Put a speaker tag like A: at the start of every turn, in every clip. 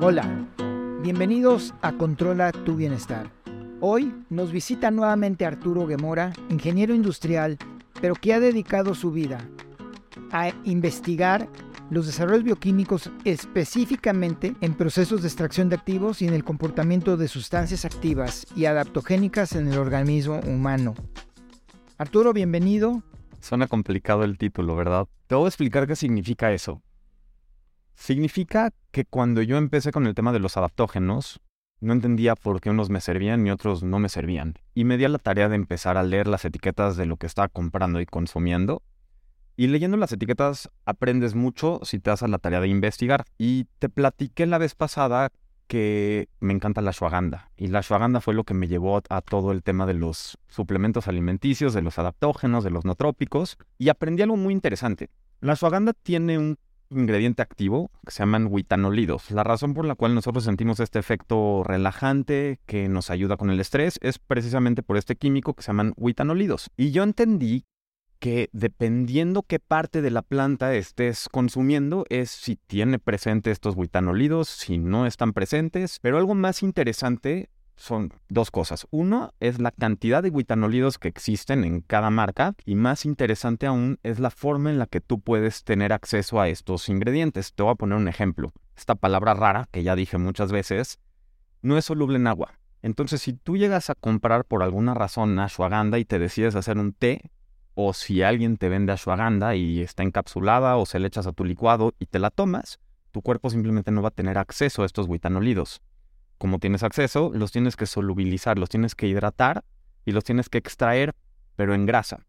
A: Hola, bienvenidos a Controla tu Bienestar. Hoy nos visita nuevamente Arturo Guemora, ingeniero industrial, pero que ha dedicado su vida a investigar los desarrollos bioquímicos específicamente en procesos de extracción de activos y en el comportamiento de sustancias activas y adaptogénicas en el organismo humano. Arturo, bienvenido.
B: Suena complicado el título, ¿verdad? Te voy a explicar qué significa eso. Significa que cuando yo empecé con el tema de los adaptógenos, no entendía por qué unos me servían y otros no me servían. Y me di a la tarea de empezar a leer las etiquetas de lo que estaba comprando y consumiendo y leyendo las etiquetas aprendes mucho si te das a la tarea de investigar. Y te platiqué la vez pasada que me encanta la ashwagandha. Y la ashwagandha fue lo que me llevó a todo el tema de los suplementos alimenticios, de los adaptógenos, de los nootrópicos. Y aprendí algo muy interesante. La ashwagandha tiene un ingrediente activo que se llaman huitanolidos. La razón por la cual nosotros sentimos este efecto relajante que nos ayuda con el estrés es precisamente por este químico que se llaman huitanolidos. Y yo entendí que dependiendo qué parte de la planta estés consumiendo es si tiene presente estos buitanolidos, si no están presentes, pero algo más interesante son dos cosas. Uno es la cantidad de buitanolidos que existen en cada marca y más interesante aún es la forma en la que tú puedes tener acceso a estos ingredientes. Te voy a poner un ejemplo. Esta palabra rara que ya dije muchas veces no es soluble en agua. Entonces, si tú llegas a comprar por alguna razón ashwagandha y te decides hacer un té, o si alguien te vende ashwagandha y está encapsulada o se le echas a tu licuado y te la tomas, tu cuerpo simplemente no va a tener acceso a estos buitanolidos. Como tienes acceso, los tienes que solubilizar, los tienes que hidratar y los tienes que extraer, pero en grasa.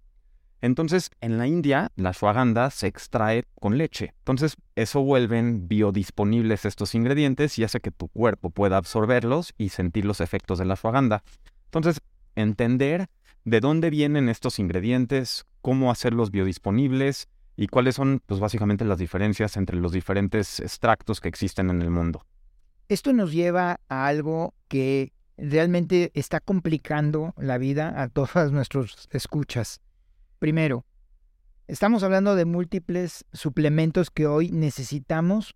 B: Entonces, en la India, la ashwagandha se extrae con leche. Entonces, eso vuelven biodisponibles estos ingredientes y hace que tu cuerpo pueda absorberlos y sentir los efectos de la ashwagandha. Entonces, entender de dónde vienen estos ingredientes, cómo hacerlos biodisponibles y cuáles son, pues básicamente, las diferencias entre los diferentes extractos que existen en el mundo.
A: Esto nos lleva a algo que realmente está complicando la vida a todas nuestras escuchas. Primero, estamos hablando de múltiples suplementos que hoy necesitamos.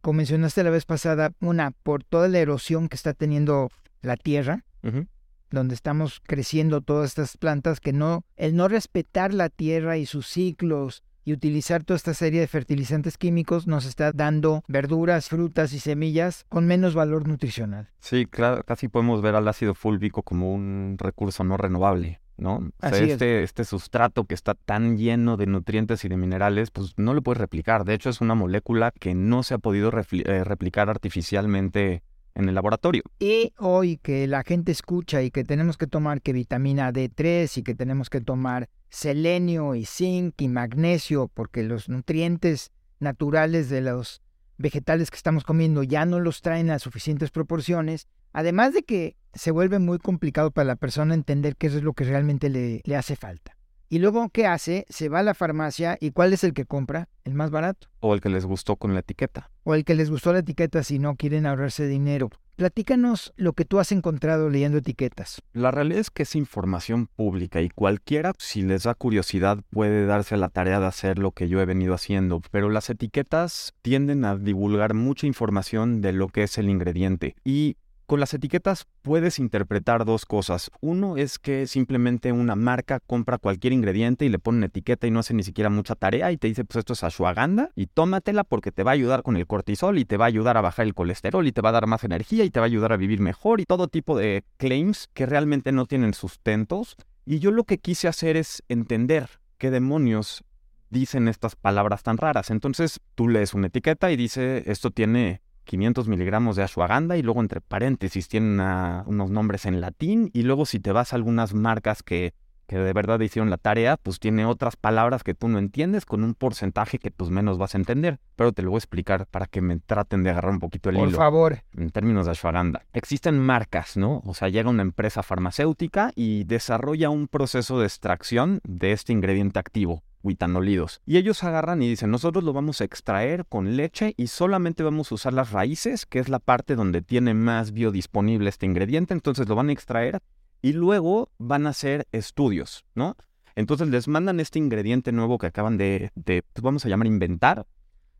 A: Como mencionaste la vez pasada, una, por toda la erosión que está teniendo la tierra, uh -huh donde estamos creciendo todas estas plantas, que no, el no respetar la tierra y sus ciclos y utilizar toda esta serie de fertilizantes químicos nos está dando verduras, frutas y semillas con menos valor nutricional.
B: Sí, claro, casi podemos ver al ácido fúlvico como un recurso no renovable, ¿no? O sea, Así este, es. este sustrato que está tan lleno de nutrientes y de minerales, pues no lo puedes replicar. De hecho, es una molécula que no se ha podido eh, replicar artificialmente en el laboratorio.
A: Y hoy que la gente escucha y que tenemos que tomar que vitamina D3 y que tenemos que tomar selenio y zinc y magnesio porque los nutrientes naturales de los vegetales que estamos comiendo ya no los traen a suficientes proporciones, además de que se vuelve muy complicado para la persona entender qué es lo que realmente le, le hace falta. Y luego, ¿qué hace? Se va a la farmacia y ¿cuál es el que compra? El más barato.
B: O el que les gustó con la etiqueta.
A: O el que les gustó la etiqueta si no quieren ahorrarse dinero. Platícanos lo que tú has encontrado leyendo etiquetas.
B: La realidad es que es información pública y cualquiera, si les da curiosidad, puede darse la tarea de hacer lo que yo he venido haciendo, pero las etiquetas tienden a divulgar mucha información de lo que es el ingrediente. Y con las etiquetas puedes interpretar dos cosas. Uno es que simplemente una marca compra cualquier ingrediente y le pone una etiqueta y no hace ni siquiera mucha tarea y te dice, pues esto es ashwagandha y tómatela porque te va a ayudar con el cortisol y te va a ayudar a bajar el colesterol y te va a dar más energía y te va a ayudar a vivir mejor y todo tipo de claims que realmente no tienen sustentos. Y yo lo que quise hacer es entender qué demonios dicen estas palabras tan raras. Entonces tú lees una etiqueta y dice, esto tiene 500 miligramos de ashwagandha y luego entre paréntesis tienen una, unos nombres en latín y luego si te vas a algunas marcas que, que de verdad hicieron la tarea, pues tiene otras palabras que tú no entiendes con un porcentaje que pues menos vas a entender. Pero te lo voy a explicar para que me traten de agarrar un poquito el
A: Por
B: hilo.
A: favor.
B: En términos de ashwagandha. Existen marcas, ¿no? O sea, llega una empresa farmacéutica y desarrolla un proceso de extracción de este ingrediente activo huitanolidos. Y ellos agarran y dicen, nosotros lo vamos a extraer con leche y solamente vamos a usar las raíces, que es la parte donde tiene más biodisponible este ingrediente, entonces lo van a extraer y luego van a hacer estudios, ¿no? Entonces les mandan este ingrediente nuevo que acaban de, de pues vamos a llamar inventar,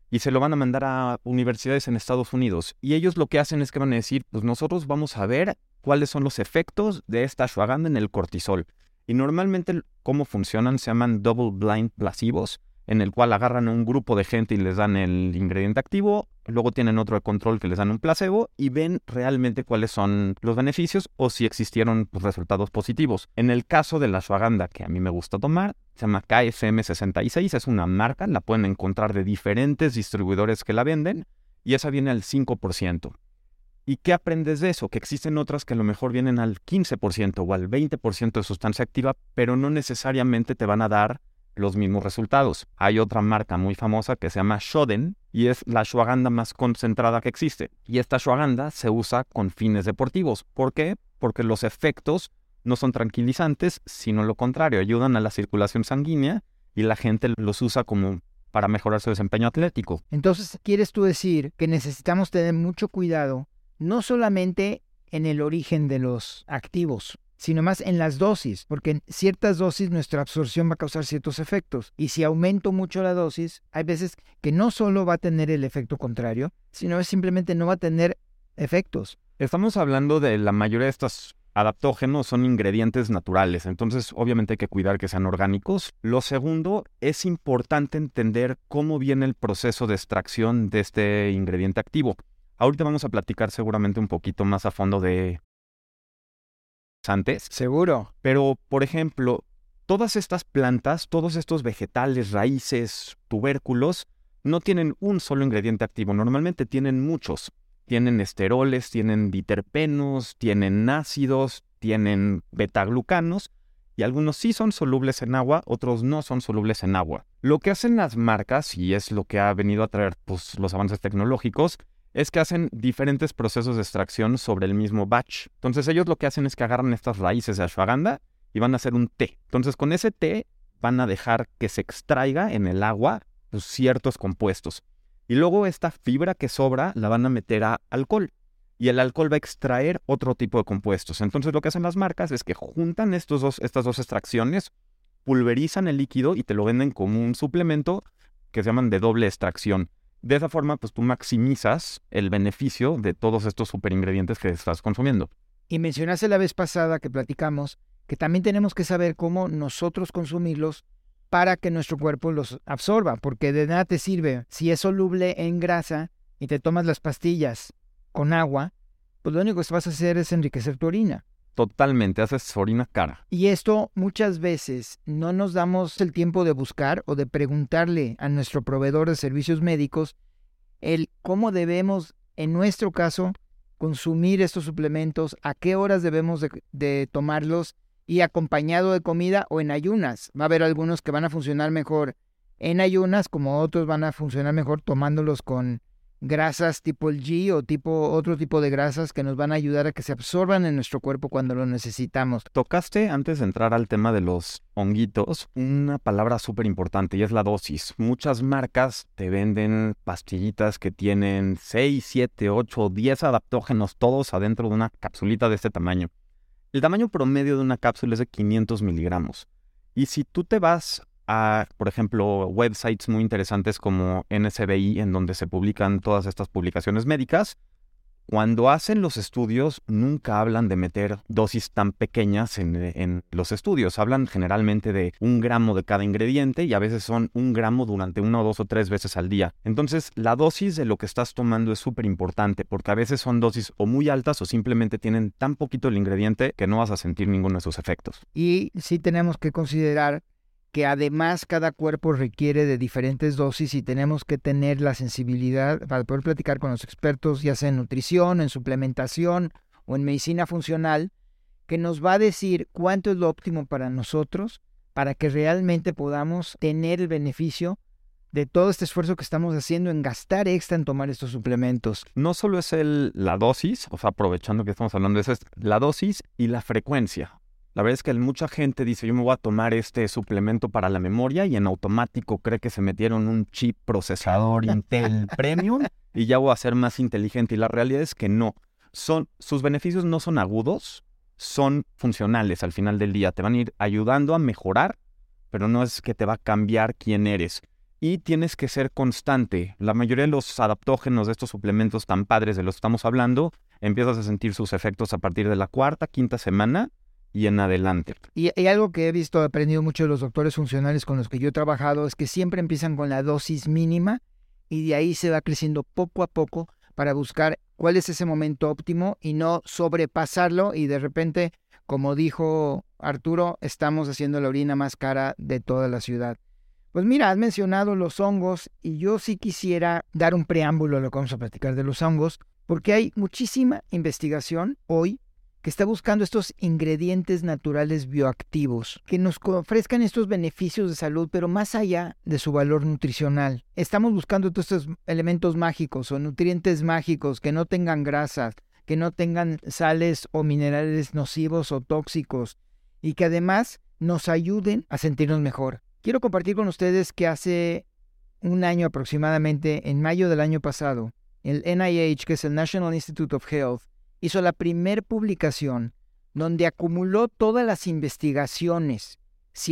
B: y se lo van a mandar a universidades en Estados Unidos. Y ellos lo que hacen es que van a decir, pues nosotros vamos a ver cuáles son los efectos de esta ashwagandha en el cortisol. Y normalmente cómo funcionan se llaman double blind placebos, en el cual agarran a un grupo de gente y les dan el ingrediente activo, luego tienen otro de control que les dan un placebo y ven realmente cuáles son los beneficios o si existieron pues, resultados positivos. En el caso de la ashwagandha que a mí me gusta tomar, se llama KFM66, es una marca, la pueden encontrar de diferentes distribuidores que la venden y esa viene al 5%. ¿Y qué aprendes de eso? Que existen otras que a lo mejor vienen al 15% o al 20% de sustancia activa, pero no necesariamente te van a dar los mismos resultados. Hay otra marca muy famosa que se llama Shoden y es la ashwagandha más concentrada que existe. Y esta ashwagandha se usa con fines deportivos. ¿Por qué? Porque los efectos no son tranquilizantes, sino lo contrario, ayudan a la circulación sanguínea y la gente los usa como para mejorar su desempeño atlético.
A: Entonces, ¿quieres tú decir que necesitamos tener mucho cuidado no solamente en el origen de los activos, sino más en las dosis, porque en ciertas dosis nuestra absorción va a causar ciertos efectos. Y si aumento mucho la dosis, hay veces que no solo va a tener el efecto contrario, sino simplemente no va a tener efectos.
B: Estamos hablando de la mayoría de estos adaptógenos son ingredientes naturales, entonces obviamente hay que cuidar que sean orgánicos. Lo segundo, es importante entender cómo viene el proceso de extracción de este ingrediente activo. Ahorita vamos a platicar seguramente un poquito más a fondo de antes.
A: Seguro.
B: Pero, por ejemplo, todas estas plantas, todos estos vegetales, raíces, tubérculos, no tienen un solo ingrediente activo, normalmente tienen muchos. Tienen esteroles, tienen diterpenos, tienen ácidos, tienen betaglucanos y algunos sí son solubles en agua, otros no son solubles en agua. Lo que hacen las marcas, y es lo que ha venido a traer pues, los avances tecnológicos, es que hacen diferentes procesos de extracción sobre el mismo batch. Entonces ellos lo que hacen es que agarran estas raíces de ashwagandha y van a hacer un té. Entonces con ese té van a dejar que se extraiga en el agua pues, ciertos compuestos. Y luego esta fibra que sobra la van a meter a alcohol. Y el alcohol va a extraer otro tipo de compuestos. Entonces lo que hacen las marcas es que juntan estos dos, estas dos extracciones, pulverizan el líquido y te lo venden como un suplemento que se llaman de doble extracción. De esa forma, pues tú maximizas el beneficio de todos estos superingredientes que estás consumiendo.
A: Y mencionaste la vez pasada que platicamos que también tenemos que saber cómo nosotros consumirlos para que nuestro cuerpo los absorba, porque de nada te sirve si es soluble en grasa y te tomas las pastillas con agua, pues lo único que vas a hacer es enriquecer tu orina.
B: Totalmente, haces orina cara.
A: Y esto muchas veces no nos damos el tiempo de buscar o de preguntarle a nuestro proveedor de servicios médicos el cómo debemos, en nuestro caso, consumir estos suplementos, a qué horas debemos de, de tomarlos y acompañado de comida o en ayunas. Va a haber algunos que van a funcionar mejor en ayunas, como otros van a funcionar mejor tomándolos con grasas tipo el G o tipo otro tipo de grasas que nos van a ayudar a que se absorban en nuestro cuerpo cuando lo necesitamos.
B: Tocaste antes de entrar al tema de los honguitos una palabra súper importante y es la dosis. Muchas marcas te venden pastillitas que tienen 6, 7, 8, 10 adaptógenos todos adentro de una capsulita de este tamaño. El tamaño promedio de una cápsula es de 500 miligramos. Y si tú te vas a, por ejemplo, websites muy interesantes como NSBI, en donde se publican todas estas publicaciones médicas. Cuando hacen los estudios, nunca hablan de meter dosis tan pequeñas en, eh, en, los estudios. Hablan generalmente de un gramo de cada ingrediente y a veces son un gramo durante una, dos o tres veces al día. Entonces, la dosis de lo que estás tomando es súper importante porque a veces son dosis o muy altas o simplemente tienen tan poquito el ingrediente que no vas a sentir ninguno de sus efectos.
A: Y sí tenemos que considerar que además cada cuerpo requiere de diferentes dosis y tenemos que tener la sensibilidad para poder platicar con los expertos, ya sea en nutrición, en suplementación o en medicina funcional, que nos va a decir cuánto es lo óptimo para nosotros, para que realmente podamos tener el beneficio de todo este esfuerzo que estamos haciendo en gastar extra en tomar estos suplementos.
B: No solo es el, la dosis, o sea, aprovechando que estamos hablando de eso, es la dosis y la frecuencia. La verdad es que mucha gente dice, yo me voy a tomar este suplemento para la memoria y en automático cree que se metieron un chip procesador Intel Premium y ya voy a ser más inteligente. Y la realidad es que no. Son, sus beneficios no son agudos, son funcionales al final del día. Te van a ir ayudando a mejorar, pero no es que te va a cambiar quién eres. y tienes que ser constante. La mayoría de los adaptógenos de estos suplementos tan padres de los que estamos hablando, empiezas a sentir sus efectos a partir de la cuarta, quinta semana y en adelante.
A: Y, y algo que he visto, aprendido mucho de los doctores funcionales con los que yo he trabajado, es que siempre empiezan con la dosis mínima y de ahí se va creciendo poco a poco para buscar cuál es ese momento óptimo y no sobrepasarlo y de repente, como dijo Arturo, estamos haciendo la orina más cara de toda la ciudad. Pues mira, has mencionado los hongos y yo sí quisiera dar un preámbulo a lo que vamos a platicar de los hongos, porque hay muchísima investigación hoy que está buscando estos ingredientes naturales bioactivos que nos ofrezcan estos beneficios de salud, pero más allá de su valor nutricional. Estamos buscando todos estos elementos mágicos o nutrientes mágicos que no tengan grasas, que no tengan sales o minerales nocivos o tóxicos y que además nos ayuden a sentirnos mejor. Quiero compartir con ustedes que hace un año aproximadamente, en mayo del año pasado, el NIH, que es el National Institute of Health, hizo la primer publicación donde acumuló todas las investigaciones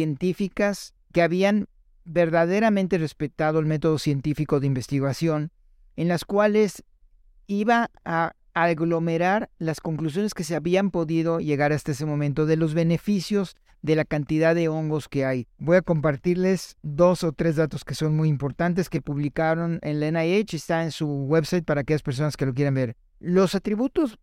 A: científicas que habían verdaderamente respetado el método científico de investigación, en las cuales iba a aglomerar las conclusiones que se habían podido llegar hasta ese momento de los beneficios de la cantidad de hongos que hay. Voy a compartirles dos o tres datos que son muy importantes que publicaron en la NIH, está en su website para aquellas personas que lo quieran ver. Los atributos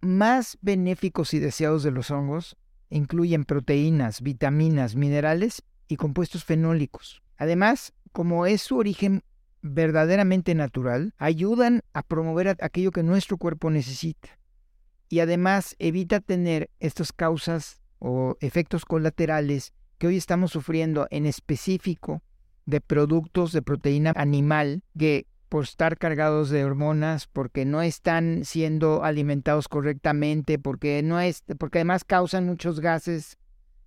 A: más benéficos y deseados de los hongos incluyen proteínas, vitaminas, minerales y compuestos fenólicos. Además, como es su origen verdaderamente natural, ayudan a promover aquello que nuestro cuerpo necesita. Y además evita tener estas causas o efectos colaterales que hoy estamos sufriendo en específico de productos de proteína animal que por estar cargados de hormonas, porque no están siendo alimentados correctamente, porque no es, porque además causan muchos gases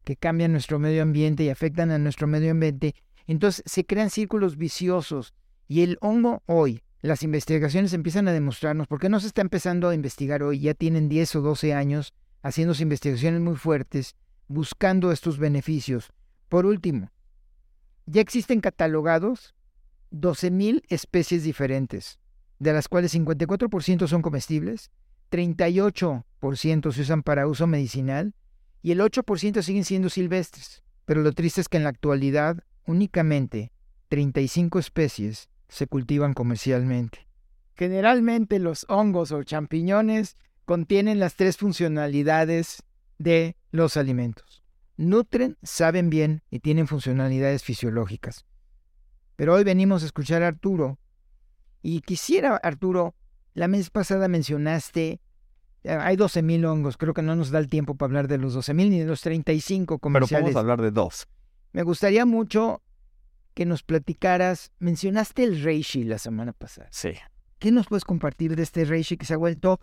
A: que cambian nuestro medio ambiente y afectan a nuestro medio ambiente. Entonces se crean círculos viciosos y el hongo hoy, las investigaciones empiezan a demostrarnos, porque no se está empezando a investigar hoy, ya tienen 10 o 12 años haciéndose investigaciones muy fuertes, buscando estos beneficios. Por último, ya existen catalogados 12.000 especies diferentes, de las cuales 54% son comestibles, 38% se usan para uso medicinal y el 8% siguen siendo silvestres. Pero lo triste es que en la actualidad únicamente 35 especies se cultivan comercialmente. Generalmente los hongos o champiñones contienen las tres funcionalidades de los alimentos. Nutren, saben bien y tienen funcionalidades fisiológicas. Pero hoy venimos a escuchar a Arturo. Y quisiera, Arturo, la mes pasada mencionaste, eh, hay 12 mil hongos, creo que no nos da el tiempo para hablar de los 12 mil ni de los 35 comerciales.
B: Pero vamos a hablar de dos.
A: Me gustaría mucho que nos platicaras, mencionaste el reishi la semana pasada.
B: Sí.
A: ¿Qué nos puedes compartir de este reishi que se ha vuelto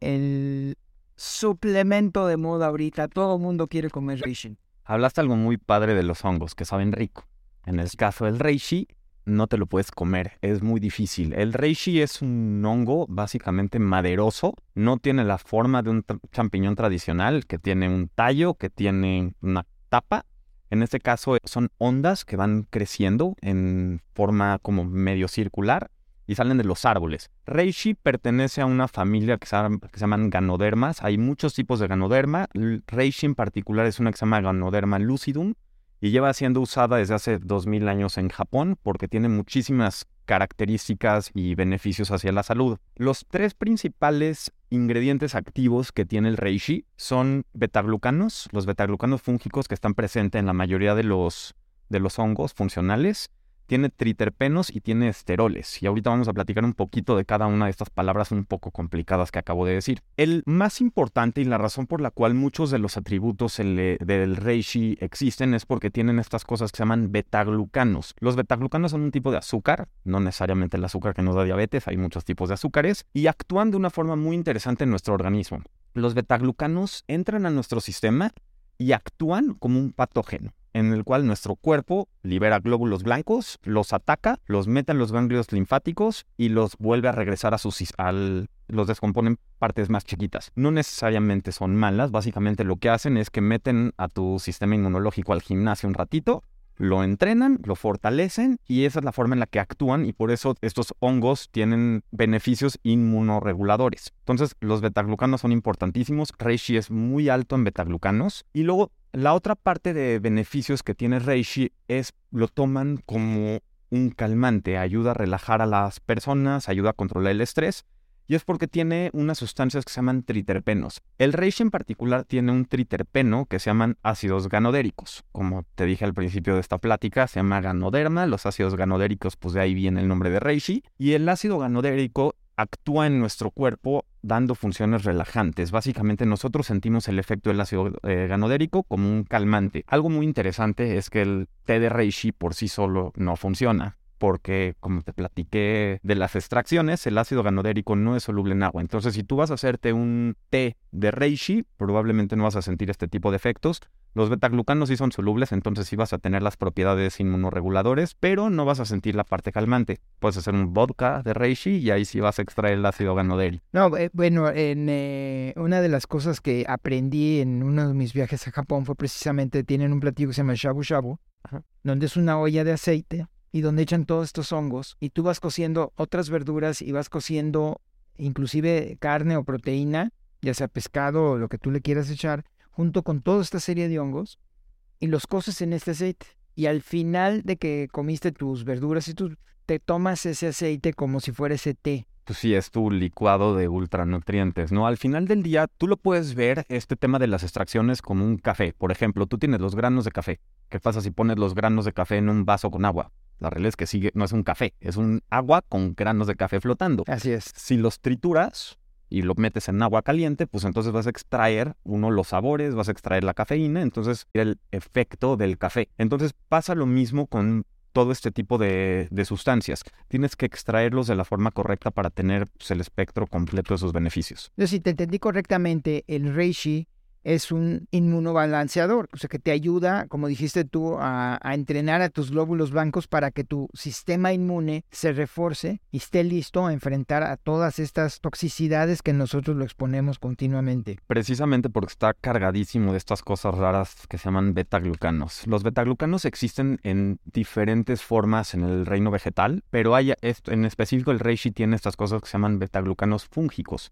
C: el suplemento de moda ahorita? Todo el mundo quiere comer reishi.
B: Hablaste algo muy padre de los hongos, que saben rico. En el caso del reishi, no te lo puedes comer, es muy difícil. El reishi es un hongo básicamente maderoso, no tiene la forma de un champiñón tradicional, que tiene un tallo, que tiene una tapa. En este caso son ondas que van creciendo en forma como medio circular y salen de los árboles. Reishi pertenece a una familia que se, que se llaman ganodermas. Hay muchos tipos de ganoderma. Reishi en particular es una que se llama ganoderma lucidum, y lleva siendo usada desde hace 2000 años en Japón porque tiene muchísimas características y beneficios hacia la salud. Los tres principales ingredientes activos que tiene el reishi son betaglucanos, los betaglucanos fúngicos que están presentes en la mayoría de los, de los hongos funcionales, tiene triterpenos y tiene esteroles. Y ahorita vamos a platicar un poquito de cada una de estas palabras un poco complicadas que acabo de decir. El más importante y la razón por la cual muchos de los atributos del reishi existen es porque tienen estas cosas que se llaman betaglucanos. Los betaglucanos son un tipo de azúcar, no necesariamente el azúcar que nos da diabetes, hay muchos tipos de azúcares, y actúan de una forma muy interesante en nuestro organismo. Los betaglucanos entran a nuestro sistema y actúan como un patógeno en el cual nuestro cuerpo libera glóbulos blancos, los ataca, los mete en los ganglios linfáticos y los vuelve a regresar a sus al los descomponen partes más chiquitas. No necesariamente son malas, básicamente lo que hacen es que meten a tu sistema inmunológico al gimnasio un ratito lo entrenan, lo fortalecen y esa es la forma en la que actúan y por eso estos hongos tienen beneficios inmunoreguladores. Entonces, los betaglucanos son importantísimos, Reishi es muy alto en betaglucanos y luego la otra parte de beneficios que tiene Reishi es lo toman como un calmante, ayuda a relajar a las personas, ayuda a controlar el estrés y es porque tiene unas sustancias que se llaman triterpenos. El reishi en particular tiene un triterpeno que se llaman ácidos ganodéricos. Como te dije al principio de esta plática, se llama ganoderma. Los ácidos ganodéricos, pues de ahí viene el nombre de reishi. Y el ácido ganodérico actúa en nuestro cuerpo dando funciones relajantes. Básicamente nosotros sentimos el efecto del ácido eh, ganodérico como un calmante. Algo muy interesante es que el té de reishi por sí solo no funciona porque como te platiqué de las extracciones, el ácido ganodérico no es soluble en agua. Entonces, si tú vas a hacerte un té de reishi, probablemente no vas a sentir este tipo de efectos. Los betaglucanos sí son solubles, entonces sí vas a tener las propiedades inmunoreguladores, pero no vas a sentir la parte calmante. Puedes hacer un vodka de reishi y ahí sí vas a extraer el ácido ganodérico.
A: No, eh, bueno, en, eh, una de las cosas que aprendí en uno de mis viajes a Japón fue precisamente, tienen un platillo que se llama shabu shabu,
B: Ajá.
A: donde es una olla de aceite y donde echan todos estos hongos y tú vas cociendo otras verduras y vas cociendo inclusive carne o proteína, ya sea pescado o lo que tú le quieras echar, junto con toda esta serie de hongos y los coces en este aceite. Y al final de que comiste tus verduras y tú te tomas ese aceite como si fuera ese té.
B: pues sí, es tu licuado de ultranutrientes, ¿no? Al final del día, tú lo puedes ver, este tema de las extracciones, como un café. Por ejemplo, tú tienes los granos de café. ¿Qué pasa si pones los granos de café en un vaso con agua? La realidad es que sigue, no es un café, es un agua con granos de café flotando.
A: Así es.
B: pues, Si los trituras y lo metes en agua caliente, pues entonces vas a extraer, uno, los sabores, vas a extraer la cafeína, entonces el efecto del café. Entonces pasa lo mismo con todo este tipo de, de sustancias. Tienes que extraerlos de la forma correcta para tener pues, el espectro completo de sus beneficios.
A: Yo si te entendí correctamente, el reishi es un inmunobalanceador, o sea que te ayuda, como dijiste tú, a, a entrenar a tus glóbulos blancos para que tu sistema inmune se reforce y esté listo a enfrentar a todas estas toxicidades que nosotros lo exponemos continuamente.
B: Precisamente porque está cargadísimo de estas cosas raras que se llaman betaglucanos. Los betaglucanos existen en diferentes formas en el reino vegetal, pero hay, est- en específico el reishi tiene estas cosas que se llaman betaglucanos fúngicos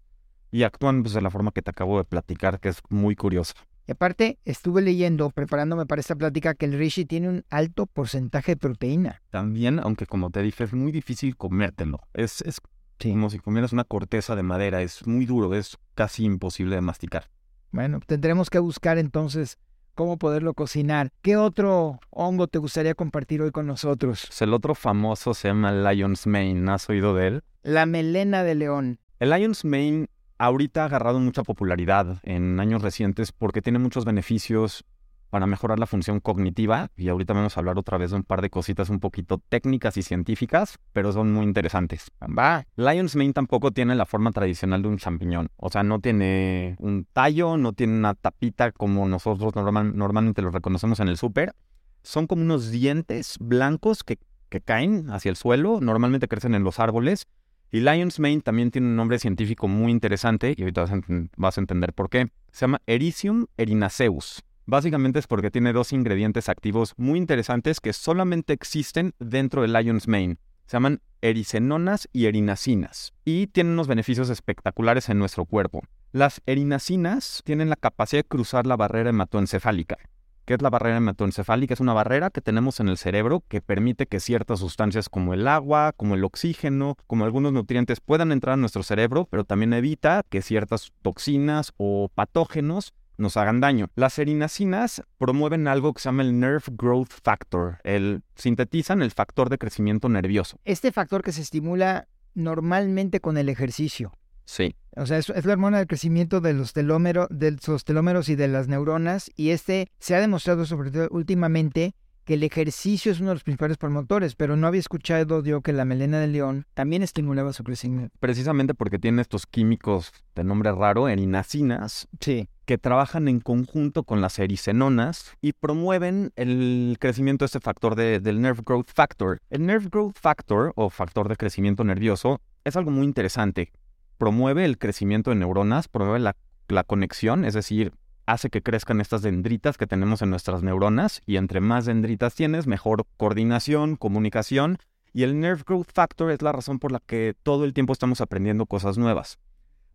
B: y actúan pues, de la forma que te acabo de platicar, que es muy curiosa.
A: Y aparte, estuve leyendo, preparándome para esta plática, que el reishi tiene un alto porcentaje de proteína.
B: También, aunque como te dije, es muy difícil comértelo. Es, es
A: Sí.
B: como si comieras una corteza de madera, es muy duro, es casi imposible de masticar.
A: Bueno, tendremos que buscar entonces cómo poderlo cocinar. ¿Qué otro hongo te gustaría compartir hoy con nosotros?
B: Pues, el otro famoso se llama Lion's Mane, ¿has oído de él?
A: La melena de león.
B: El Lion's Mane ahorita ha agarrado mucha popularidad en años recientes porque tiene muchos beneficios para mejorar la función cognitiva y ahorita vamos a hablar otra vez de un par de cositas un poquito técnicas y científicas, pero son muy interesantes.
A: Va.
B: Lion's Mane tampoco tiene la forma tradicional de un champiñón, o sea, no tiene un tallo, no tiene una tapita como nosotros normal- normalmente lo reconocemos en el súper. Son como unos dientes blancos que, que caen hacia el suelo, normalmente crecen en los árboles. Y Lion's Mane también tiene un nombre científico muy interesante y ahorita vas a, enten- vas a entender por qué. Se llama Ericium erinaceus. Básicamente es porque tiene dos ingredientes activos muy interesantes que solamente existen dentro del Lion's Mane. Se llaman ericenonas y erinacinas y tienen unos beneficios espectaculares en nuestro cuerpo. Las erinacinas tienen la capacidad de cruzar la barrera hematoencefálica. ¿Qué es la barrera hematoencefálica? Es una barrera que tenemos en el cerebro que permite que ciertas sustancias como el agua, como el oxígeno, como algunos nutrientes puedan entrar a nuestro cerebro, pero también evita que ciertas toxinas o patógenos nos hagan daño. Las erinacinas promueven algo que se llama el Nerve Growth Factor. El, sintetizan el factor de crecimiento nervioso.
A: Este factor que se estimula normalmente con el ejercicio.
B: Sí.
A: O sea, es, es la hormona del crecimiento de los, telómero- de los telómeros y de las neuronas. Y este se ha demostrado, sobre todo últimamente, que el ejercicio es uno de los principales promotores. Pero no había escuchado yo que la melena de león también estimulaba su crecimiento.
B: Precisamente porque tiene estos químicos de nombre raro, erinacinas,
A: Sí.
B: que trabajan en conjunto con las ericenonas y promueven el crecimiento de este factor de- del Nerve Growth Factor. El Nerve Growth Factor, o factor de crecimiento nervioso, es algo muy interesante. Promueve el crecimiento de neuronas, promueve la, la conexión, es decir, hace que crezcan estas dendritas que tenemos en nuestras neuronas y entre más dendritas tienes, mejor coordinación, comunicación y el Nerve Growth Factor es la razón por la que todo el tiempo estamos aprendiendo cosas nuevas.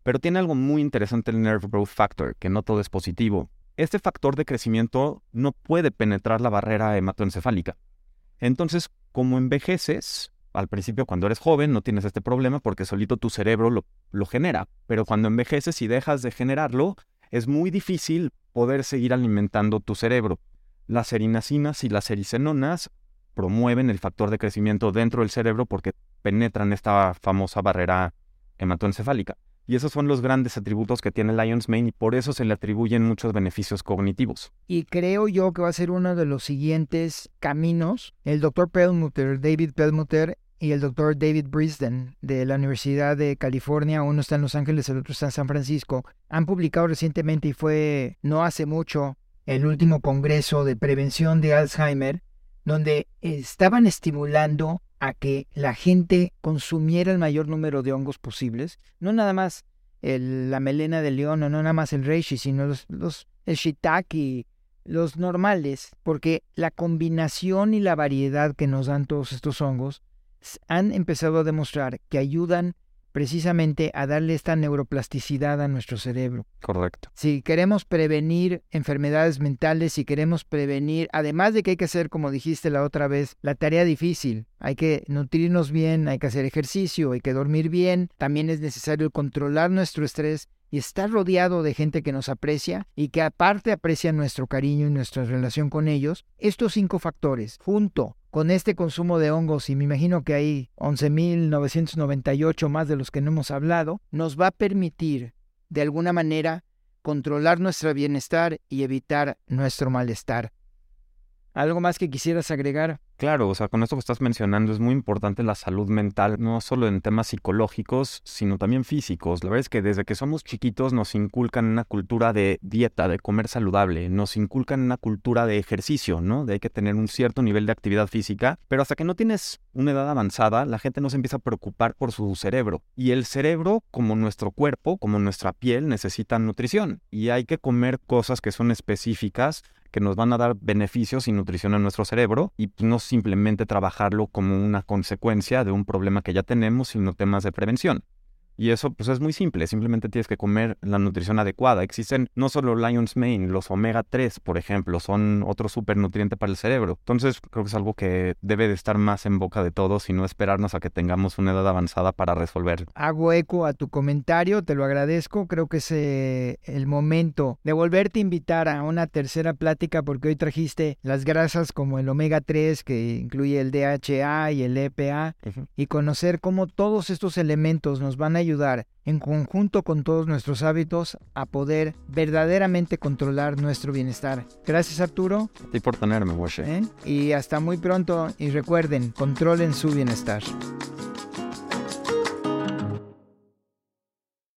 B: Pero tiene algo muy interesante el Nerve Growth Factor, que no todo es positivo. Este factor de crecimiento no puede penetrar la barrera hematoencefálica. Entonces, como envejeces, al principio cuando eres joven no tienes este problema porque solito tu cerebro lo, lo genera, pero cuando envejeces y dejas de generarlo, es muy difícil poder seguir alimentando tu cerebro. Las erinacinas y las ericenonas promueven el factor de crecimiento dentro del cerebro porque penetran esta famosa barrera hematoencefálica. Y esos son los grandes atributos que tiene Lion's Mane y por eso se le atribuyen muchos beneficios cognitivos.
A: Y creo yo que va a ser uno de los siguientes caminos. El doctor Perlmutter, David Perlmutter y el doctor David Brisden de la Universidad de California, uno está en Los Ángeles, el otro está en San Francisco, han publicado recientemente y fue no hace mucho el último congreso de prevención de Alzheimer, donde estaban estimulando a que la gente consumiera el mayor número de hongos posibles, no nada más el, la melena de león o no nada más el reishi, sino los, los, el shiitake, los normales, porque la combinación y la variedad que nos dan todos estos hongos han empezado a demostrar que ayudan precisamente a darle esta neuroplasticidad a nuestro cerebro.
B: Correcto.
A: Si queremos prevenir enfermedades mentales, si queremos prevenir, además de que hay que hacer, como dijiste la otra vez, la tarea difícil, hay que nutrirnos bien, hay que hacer ejercicio, hay que dormir bien, también es necesario controlar nuestro estrés y estar rodeado de gente que nos aprecia y que aparte aprecia nuestro cariño y nuestra relación con ellos. Estos cinco factores, junto con este consumo de hongos, y me imagino que hay 11.998 más de los que no hemos hablado, nos va a permitir, de alguna manera, controlar nuestro bienestar y evitar nuestro malestar. ¿Algo más que quisieras agregar?
B: Claro, o sea, con esto que estás mencionando es muy importante la salud mental, no solo en temas psicológicos, sino también físicos. La verdad es que desde que somos chiquitos nos inculcan una cultura de dieta, de comer saludable, nos inculcan una cultura de ejercicio, ¿no? De hay que tener un cierto nivel de actividad física, pero hasta que no tienes una edad avanzada, la gente no se empieza a preocupar por su cerebro. Y el cerebro, como nuestro cuerpo, como nuestra piel, necesita nutrición y hay que comer cosas que son específicas que nos van a dar beneficios y nutrición a nuestro cerebro y pues, no simplemente trabajarlo como una consecuencia de un problema que ya tenemos, sino temas de prevención. Y eso pues es muy simple, simplemente tienes que comer la nutrición adecuada. Existen no solo Lion's Mane, los omega 3, por ejemplo, son otro supernutriente para el cerebro. Entonces creo que es algo que debe de estar más en boca de todos y no esperarnos a que tengamos una edad avanzada para resolver.
A: Hago eco a tu comentario, te lo agradezco. Creo que es eh, el momento de volverte a invitar a una tercera plática porque hoy trajiste las grasas como el omega 3 que incluye el DHA y el EPA uh -huh. y conocer cómo todos estos elementos nos van a ayudar en conjunto con todos nuestros hábitos a poder verdaderamente controlar nuestro bienestar. Gracias Arturo.
B: Y por tenerme, Washe.
A: ¿Eh? Y hasta muy pronto y recuerden, controlen su bienestar.